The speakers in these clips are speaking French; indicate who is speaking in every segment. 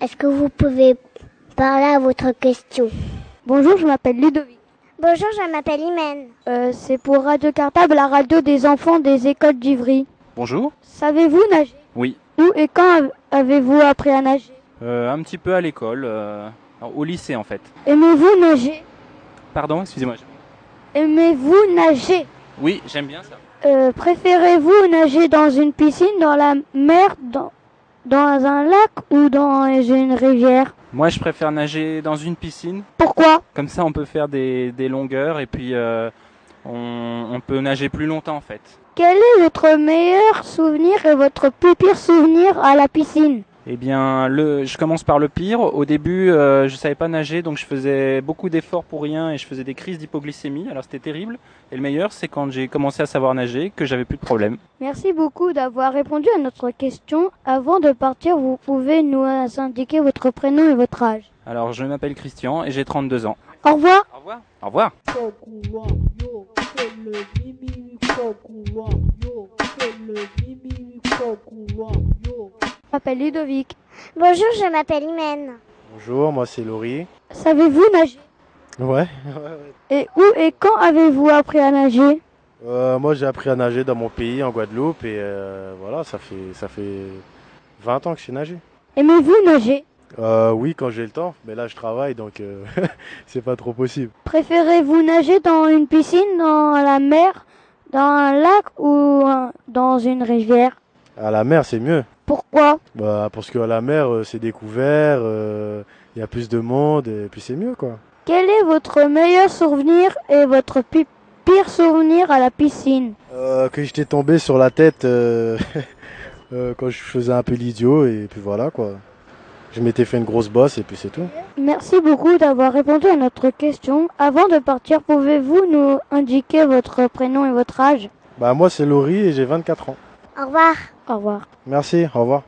Speaker 1: Est-ce que vous pouvez parler à votre question
Speaker 2: Bonjour, je m'appelle Ludovic.
Speaker 3: Bonjour, je m'appelle Imen.
Speaker 2: Euh, c'est pour Radio Cartable, la radio des enfants des écoles d'Ivry.
Speaker 4: Bonjour.
Speaker 2: Savez-vous nager
Speaker 4: Oui.
Speaker 2: Où et quand av- avez-vous appris à nager
Speaker 4: Euh, un petit peu à l'école, euh, au lycée en fait.
Speaker 2: Aimez-vous nager
Speaker 4: Pardon, excusez-moi.
Speaker 2: Aimez-vous nager
Speaker 4: Oui, j'aime bien ça.
Speaker 2: Euh, Préférez-vous nager dans une piscine, dans la mer, dans, dans un lac ou dans une rivière
Speaker 4: Moi, je préfère nager dans une piscine.
Speaker 2: Pourquoi
Speaker 4: Comme ça, on peut faire des, des longueurs et puis euh, on, on peut nager plus longtemps en fait.
Speaker 2: Quel est votre meilleur souvenir et votre plus pire souvenir à la piscine
Speaker 4: Eh bien, le, je commence par le pire. Au début, euh, je savais pas nager, donc je faisais beaucoup d'efforts pour rien et je faisais des crises d'hypoglycémie. Alors c'était terrible. Et le meilleur, c'est quand j'ai commencé à savoir nager que j'avais plus de problème.
Speaker 2: Merci beaucoup d'avoir répondu à notre question. Avant de partir, vous pouvez nous indiquer votre prénom et votre âge.
Speaker 4: Alors, je m'appelle Christian et j'ai 32 ans.
Speaker 2: Au revoir.
Speaker 4: Au revoir. Au revoir.
Speaker 2: Je m'appelle Ludovic.
Speaker 3: Bonjour, je m'appelle Imen.
Speaker 5: Bonjour, moi c'est Laurie.
Speaker 2: Savez-vous nager
Speaker 5: Ouais.
Speaker 2: Et où et quand avez-vous appris à nager
Speaker 5: Euh, moi j'ai appris à nager dans mon pays, en Guadeloupe, et euh, voilà, ça fait, ça fait 20 ans que je sais nager.
Speaker 2: Aimez-vous nager
Speaker 5: Euh, oui, quand j'ai le temps, mais là je travaille donc euh, c'est pas trop possible.
Speaker 2: Préférez-vous nager dans une piscine, dans la mer, dans un lac ou euh, dans une rivière
Speaker 5: À la mer c'est mieux.
Speaker 2: Pourquoi
Speaker 5: Bah, parce qu'à la mer euh, c'est découvert, euh, il y a plus de monde, et puis c'est mieux quoi.
Speaker 2: Quel est votre meilleur souvenir et votre pi- pire souvenir à la piscine
Speaker 5: Euh, que j'étais tombé sur la tête euh, euh, quand je faisais un peu l'idiot, et puis voilà quoi. Je m'étais fait une grosse bosse, et puis c'est tout.
Speaker 2: Merci beaucoup d'avoir répondu à notre question. Avant de partir, pouvez-vous nous indiquer votre prénom et votre âge
Speaker 5: Bah, moi c'est Laurie et j'ai 24 ans.
Speaker 3: Au revoir.
Speaker 2: Au revoir.
Speaker 5: Merci, au revoir.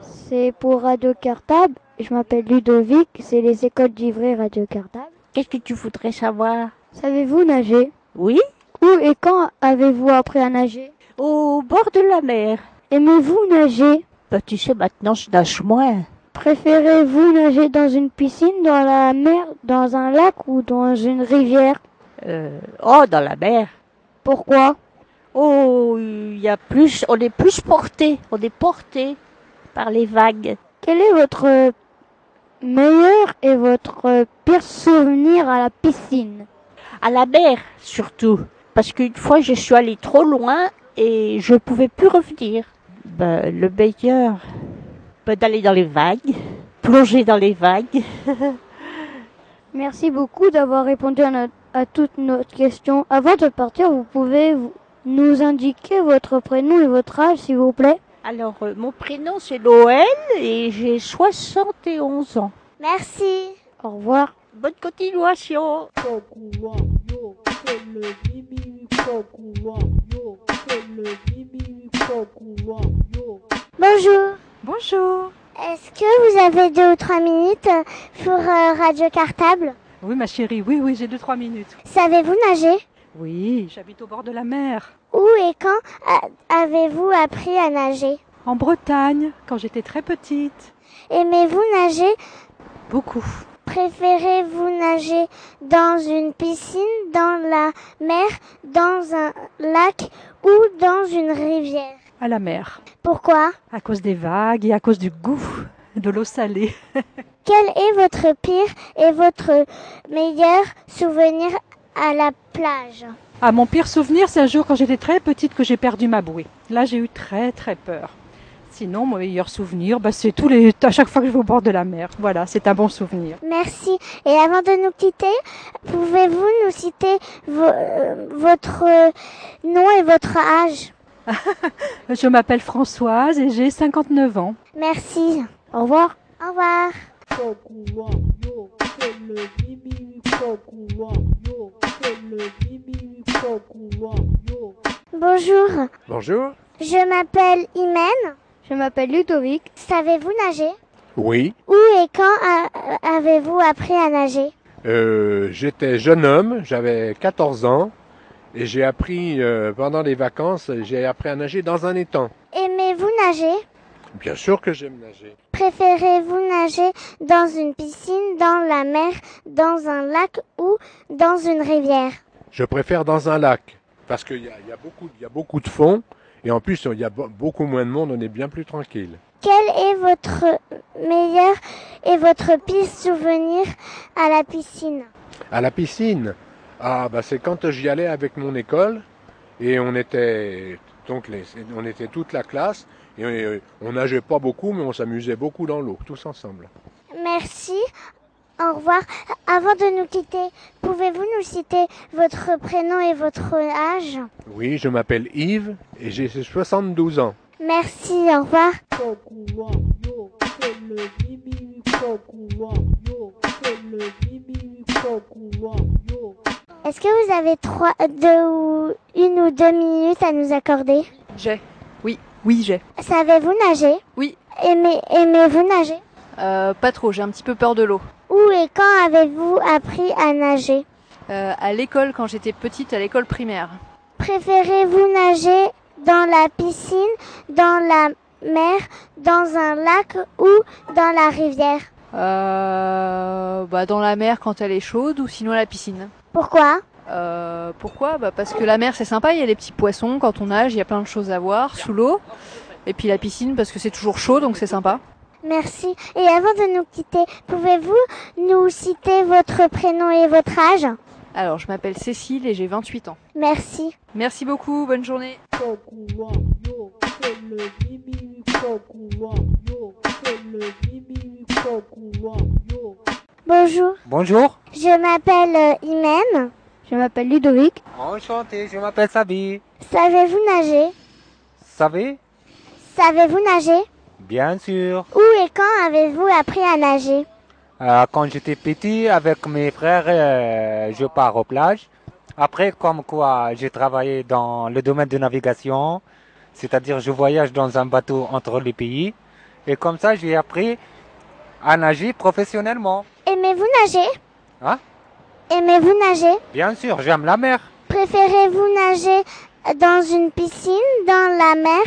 Speaker 2: C'est pour Radio Cartable. Je m'appelle Ludovic. C'est les écoles d'Ivry Radio Cartable.
Speaker 6: Qu'est-ce que tu voudrais savoir
Speaker 2: Savez-vous nager
Speaker 6: Oui
Speaker 2: Où et quand avez-vous appris à nager
Speaker 6: Au bord de la mer.
Speaker 2: Aimez-vous nager
Speaker 6: Bah, tu sais, maintenant, je nage moins.
Speaker 2: Préférez-vous nager dans une piscine, dans la mer, dans un lac ou dans une rivière
Speaker 6: Euh, oh, dans la mer.
Speaker 2: Pourquoi
Speaker 6: Oh, il y a plus, on est plus porté, on est porté par les vagues.
Speaker 2: Quel est votre meilleur et votre pire souvenir à la piscine
Speaker 6: À la mer, surtout. Parce qu'une fois, je suis allée trop loin et je pouvais plus revenir. Bah, le meilleur, bah, d'aller dans les vagues, plonger dans les vagues.
Speaker 2: Merci beaucoup d'avoir répondu à, notre- à toutes nos questions. Avant de partir, vous pouvez vous- nous indiquer votre prénom et votre âge, s'il vous plaît.
Speaker 6: Alors, euh, mon prénom, c'est Noël et j'ai 71 ans.
Speaker 3: Merci.
Speaker 2: Au revoir.
Speaker 6: Bonne continuation
Speaker 3: Bonjour.
Speaker 7: Bonjour.
Speaker 3: Est-ce que vous avez deux ou trois minutes pour euh, Radio Cartable
Speaker 7: Oui, ma chérie, oui, oui, j'ai deux, trois minutes.
Speaker 3: Savez-vous nager
Speaker 7: Oui, j'habite au bord de la mer.
Speaker 3: Où et quand a- avez-vous appris à nager
Speaker 7: En Bretagne, quand j'étais très petite.
Speaker 3: Aimez-vous nager
Speaker 7: Beaucoup.
Speaker 3: Préférez-vous nager dans une piscine, dans la mer, dans un lac ou dans une rivière
Speaker 7: À la mer.
Speaker 3: Pourquoi
Speaker 7: À cause des vagues et à cause du goût de l'eau salée.
Speaker 3: Quel est votre pire et votre meilleur souvenir à la plage
Speaker 7: Ah, mon pire souvenir, c'est un jour quand j'étais très petite que j'ai perdu ma bouée. Là, j'ai eu très, très peur. Sinon, mon meilleur souvenir, bah, c'est tous les, à chaque fois que je vais au bord de la mer. Voilà, c'est un bon souvenir.
Speaker 3: Merci. Et avant de nous quitter, pouvez-vous nous citer vo- euh, votre euh, nom et votre âge
Speaker 7: Je m'appelle Françoise et j'ai 59 ans.
Speaker 3: Merci.
Speaker 2: Au revoir.
Speaker 3: Au revoir.
Speaker 8: Bonjour,
Speaker 9: Bonjour.
Speaker 8: je m'appelle Imen.
Speaker 2: Je m'appelle Ludovic.
Speaker 8: Savez-vous nager
Speaker 9: Oui.
Speaker 8: Où et quand a- avez-vous appris à nager
Speaker 9: Euh, J'étais jeune homme, j'avais 14 ans, et j'ai appris, euh, pendant les vacances, j'ai appris à nager dans un étang.
Speaker 8: Aimez-vous nager
Speaker 9: Bien sûr que j'aime nager.
Speaker 8: Préférez-vous nager dans une piscine, dans la mer, dans un lac ou dans une rivière
Speaker 9: Je préfère dans un lac, parce qu'il y a, il y, a beaucoup- il y a beaucoup de fond, et en plus, il y a bo- beaucoup moins de monde, on est bien plus tranquille.
Speaker 8: Quel est votre meilleur et votre pire souvenir à la piscine
Speaker 9: À la piscine, ah, bah, c'est quand j'y allais avec mon école, et on était, donc les- on était toute la classe, et euh, on nageait pas beaucoup, mais on s'amusait beaucoup dans l'eau, tous ensemble.
Speaker 8: Merci, au revoir. Avant de nous quitter, pouvez-vous nous citer votre prénom et votre âge
Speaker 9: Oui, je m'appelle Yves et j'ai 72 ans.
Speaker 8: Merci, au revoir. Est-ce que vous avez trois, deux ou une ou deux minutes à nous accorder
Speaker 3: J'ai. Oui, oui, j'ai.
Speaker 8: Savez-vous nager
Speaker 3: Oui.
Speaker 8: Aimez, aimez-vous nager
Speaker 3: Euh, pas trop, j'ai un petit peu peur de l'eau.
Speaker 8: Où et quand avez-vous appris à nager
Speaker 3: Euh, à l'école, quand j'étais petite, à l'école primaire.
Speaker 8: Préférez-vous nager dans la piscine, dans la mer, dans un lac ou dans la rivière
Speaker 3: Euh, bah, dans la mer quand elle est chaude ou sinon à la piscine.
Speaker 8: Pourquoi
Speaker 3: Euh, pourquoi bah, Parce que la mer c'est sympa, il y a les petits poissons, quand on nage, il y a plein de choses à voir sous l'eau. Et puis la piscine parce que c'est toujours chaud donc c'est sympa.
Speaker 8: Merci. Et avant de nous quitter, pouvez-vous nous citer votre prénom et votre âge
Speaker 3: Alors je m'appelle Cécile et j'ai 28 ans.
Speaker 8: Merci.
Speaker 3: Merci beaucoup, bonne journée.
Speaker 8: Bonjour,
Speaker 10: Bonjour.
Speaker 8: je m'appelle euh, Imen.
Speaker 2: Je m'appelle Ludovic.
Speaker 10: Enchanté, je m'appelle Sabi.
Speaker 8: Savez-vous nager
Speaker 10: Savez
Speaker 8: Savez-vous nager
Speaker 10: Bien sûr.
Speaker 8: Où et quand avez-vous appris à nager
Speaker 10: Euh, quand j'étais petit, avec mes frères, euh, je pars aux plages. Après, comme quoi, j'ai travaillé dans le domaine de navigation, c'est-à-dire je voyage dans un bateau entre les pays. Et comme ça, j'ai appris à nager professionnellement.
Speaker 8: Aimez-vous nager
Speaker 10: Hein
Speaker 8: Aimez-vous nager
Speaker 10: Bien sûr, j'aime la mer.
Speaker 8: Préférez-vous nager dans une piscine, dans la mer,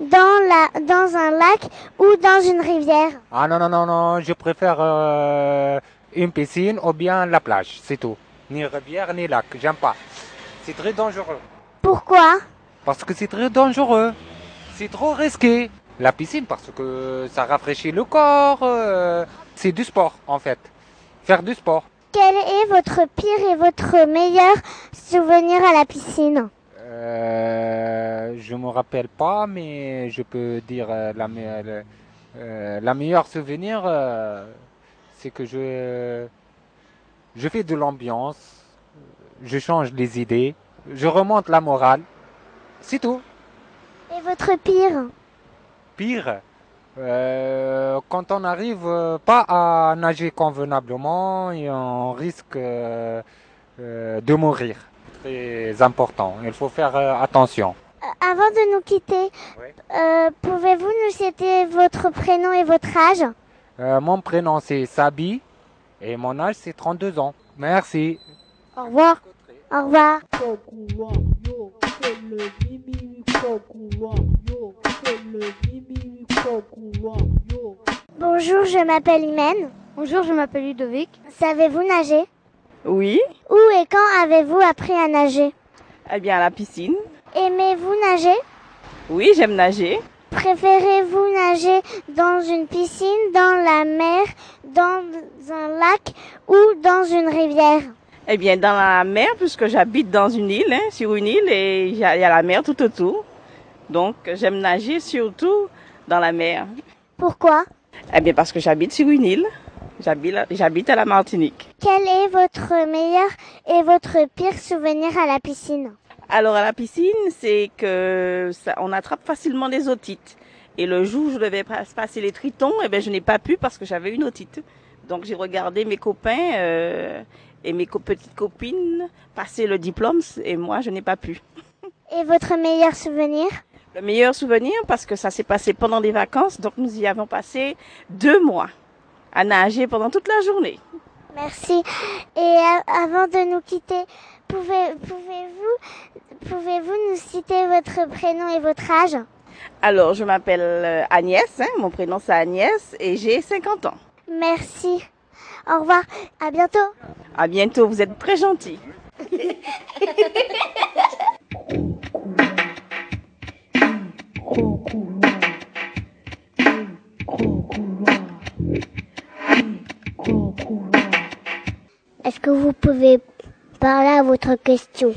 Speaker 8: dans, la, dans un lac ou dans une rivière
Speaker 10: Ah non, non, non, non, je préfère euh, une piscine ou bien la plage, c'est tout. Ni rivière, ni lac, j'aime pas. C'est très dangereux.
Speaker 8: Pourquoi
Speaker 10: Parce que c'est très dangereux. C'est trop risqué. La piscine, parce que ça rafraîchit le corps. euh, c'est du sport, en fait. Faire du sport.
Speaker 8: Quel est votre pire et votre meilleur souvenir à la piscine
Speaker 10: Euh, je me rappelle pas, mais je peux dire euh, la, me- le- euh, la meilleure souvenir, euh, c'est que je, je fais de l'ambiance, je change les idées, je remonte la morale. C'est tout.
Speaker 8: Et votre pire
Speaker 10: Pire, euh, quand on n'arrive euh, pas à nager convenablement et on risque euh, euh, de mourir. Très important. Il faut faire euh, attention.
Speaker 8: Euh, Avant de nous quitter,
Speaker 10: Ouais.
Speaker 8: euh, pouvez-vous nous citer votre prénom et votre âge
Speaker 10: Euh, mon prénom c'est Sabi et mon âge c'est 32 ans. Merci.
Speaker 2: Au revoir.
Speaker 8: Au revoir. Bonjour, je m'appelle Imen.
Speaker 2: Bonjour, je m'appelle Ludovic.
Speaker 8: Savez-vous nager
Speaker 6: Oui,
Speaker 8: Où et quand avez-vous appris à nager
Speaker 6: eh bien à la piscine.
Speaker 8: Aimez-vous nager
Speaker 6: Oui, j'aime nager.
Speaker 8: Préférez-vous nager dans une piscine, dans la mer, dans un lac ou dans une rivière
Speaker 6: Eh bien dans la mer, puisque j'habite dans une île, hein, sur une île, et il y a il y a la mer tout autour. Donc j'aime nager surtout dans la mer.
Speaker 8: Pourquoi
Speaker 6: Eh bien parce que j'habite sur une île. J'habite j'habite à la Martinique.
Speaker 8: Quel est votre meilleur et votre pire souvenir à la piscine
Speaker 6: Alors à la piscine, c'est que ça, on attrape facilement des otites. Et le jour où je devais pas- passer les tritons, eh ben je n'ai pas pu parce que j'avais une otite. Donc j'ai regardé mes copains euh, et mes co- petites copines passer le diplôme et moi je n'ai pas pu.
Speaker 8: Et votre meilleur souvenir
Speaker 6: Le meilleur souvenir, parce que ça s'est passé pendant des vacances, donc nous y avons passé deux mois à nager pendant toute la journée.
Speaker 8: Merci. Et a- avant de nous quitter, pouvez, pouvez-vous, pouvez-vous nous citer votre prénom et votre âge
Speaker 6: Alors, je m'appelle euh, Agnès, hein, mon prénom c'est Agnès, et j'ai 50 ans.
Speaker 8: Merci. Au revoir. À bientôt.
Speaker 6: À bientôt, vous êtes très gentils.
Speaker 1: Est-ce que vous pouvez parler à votre question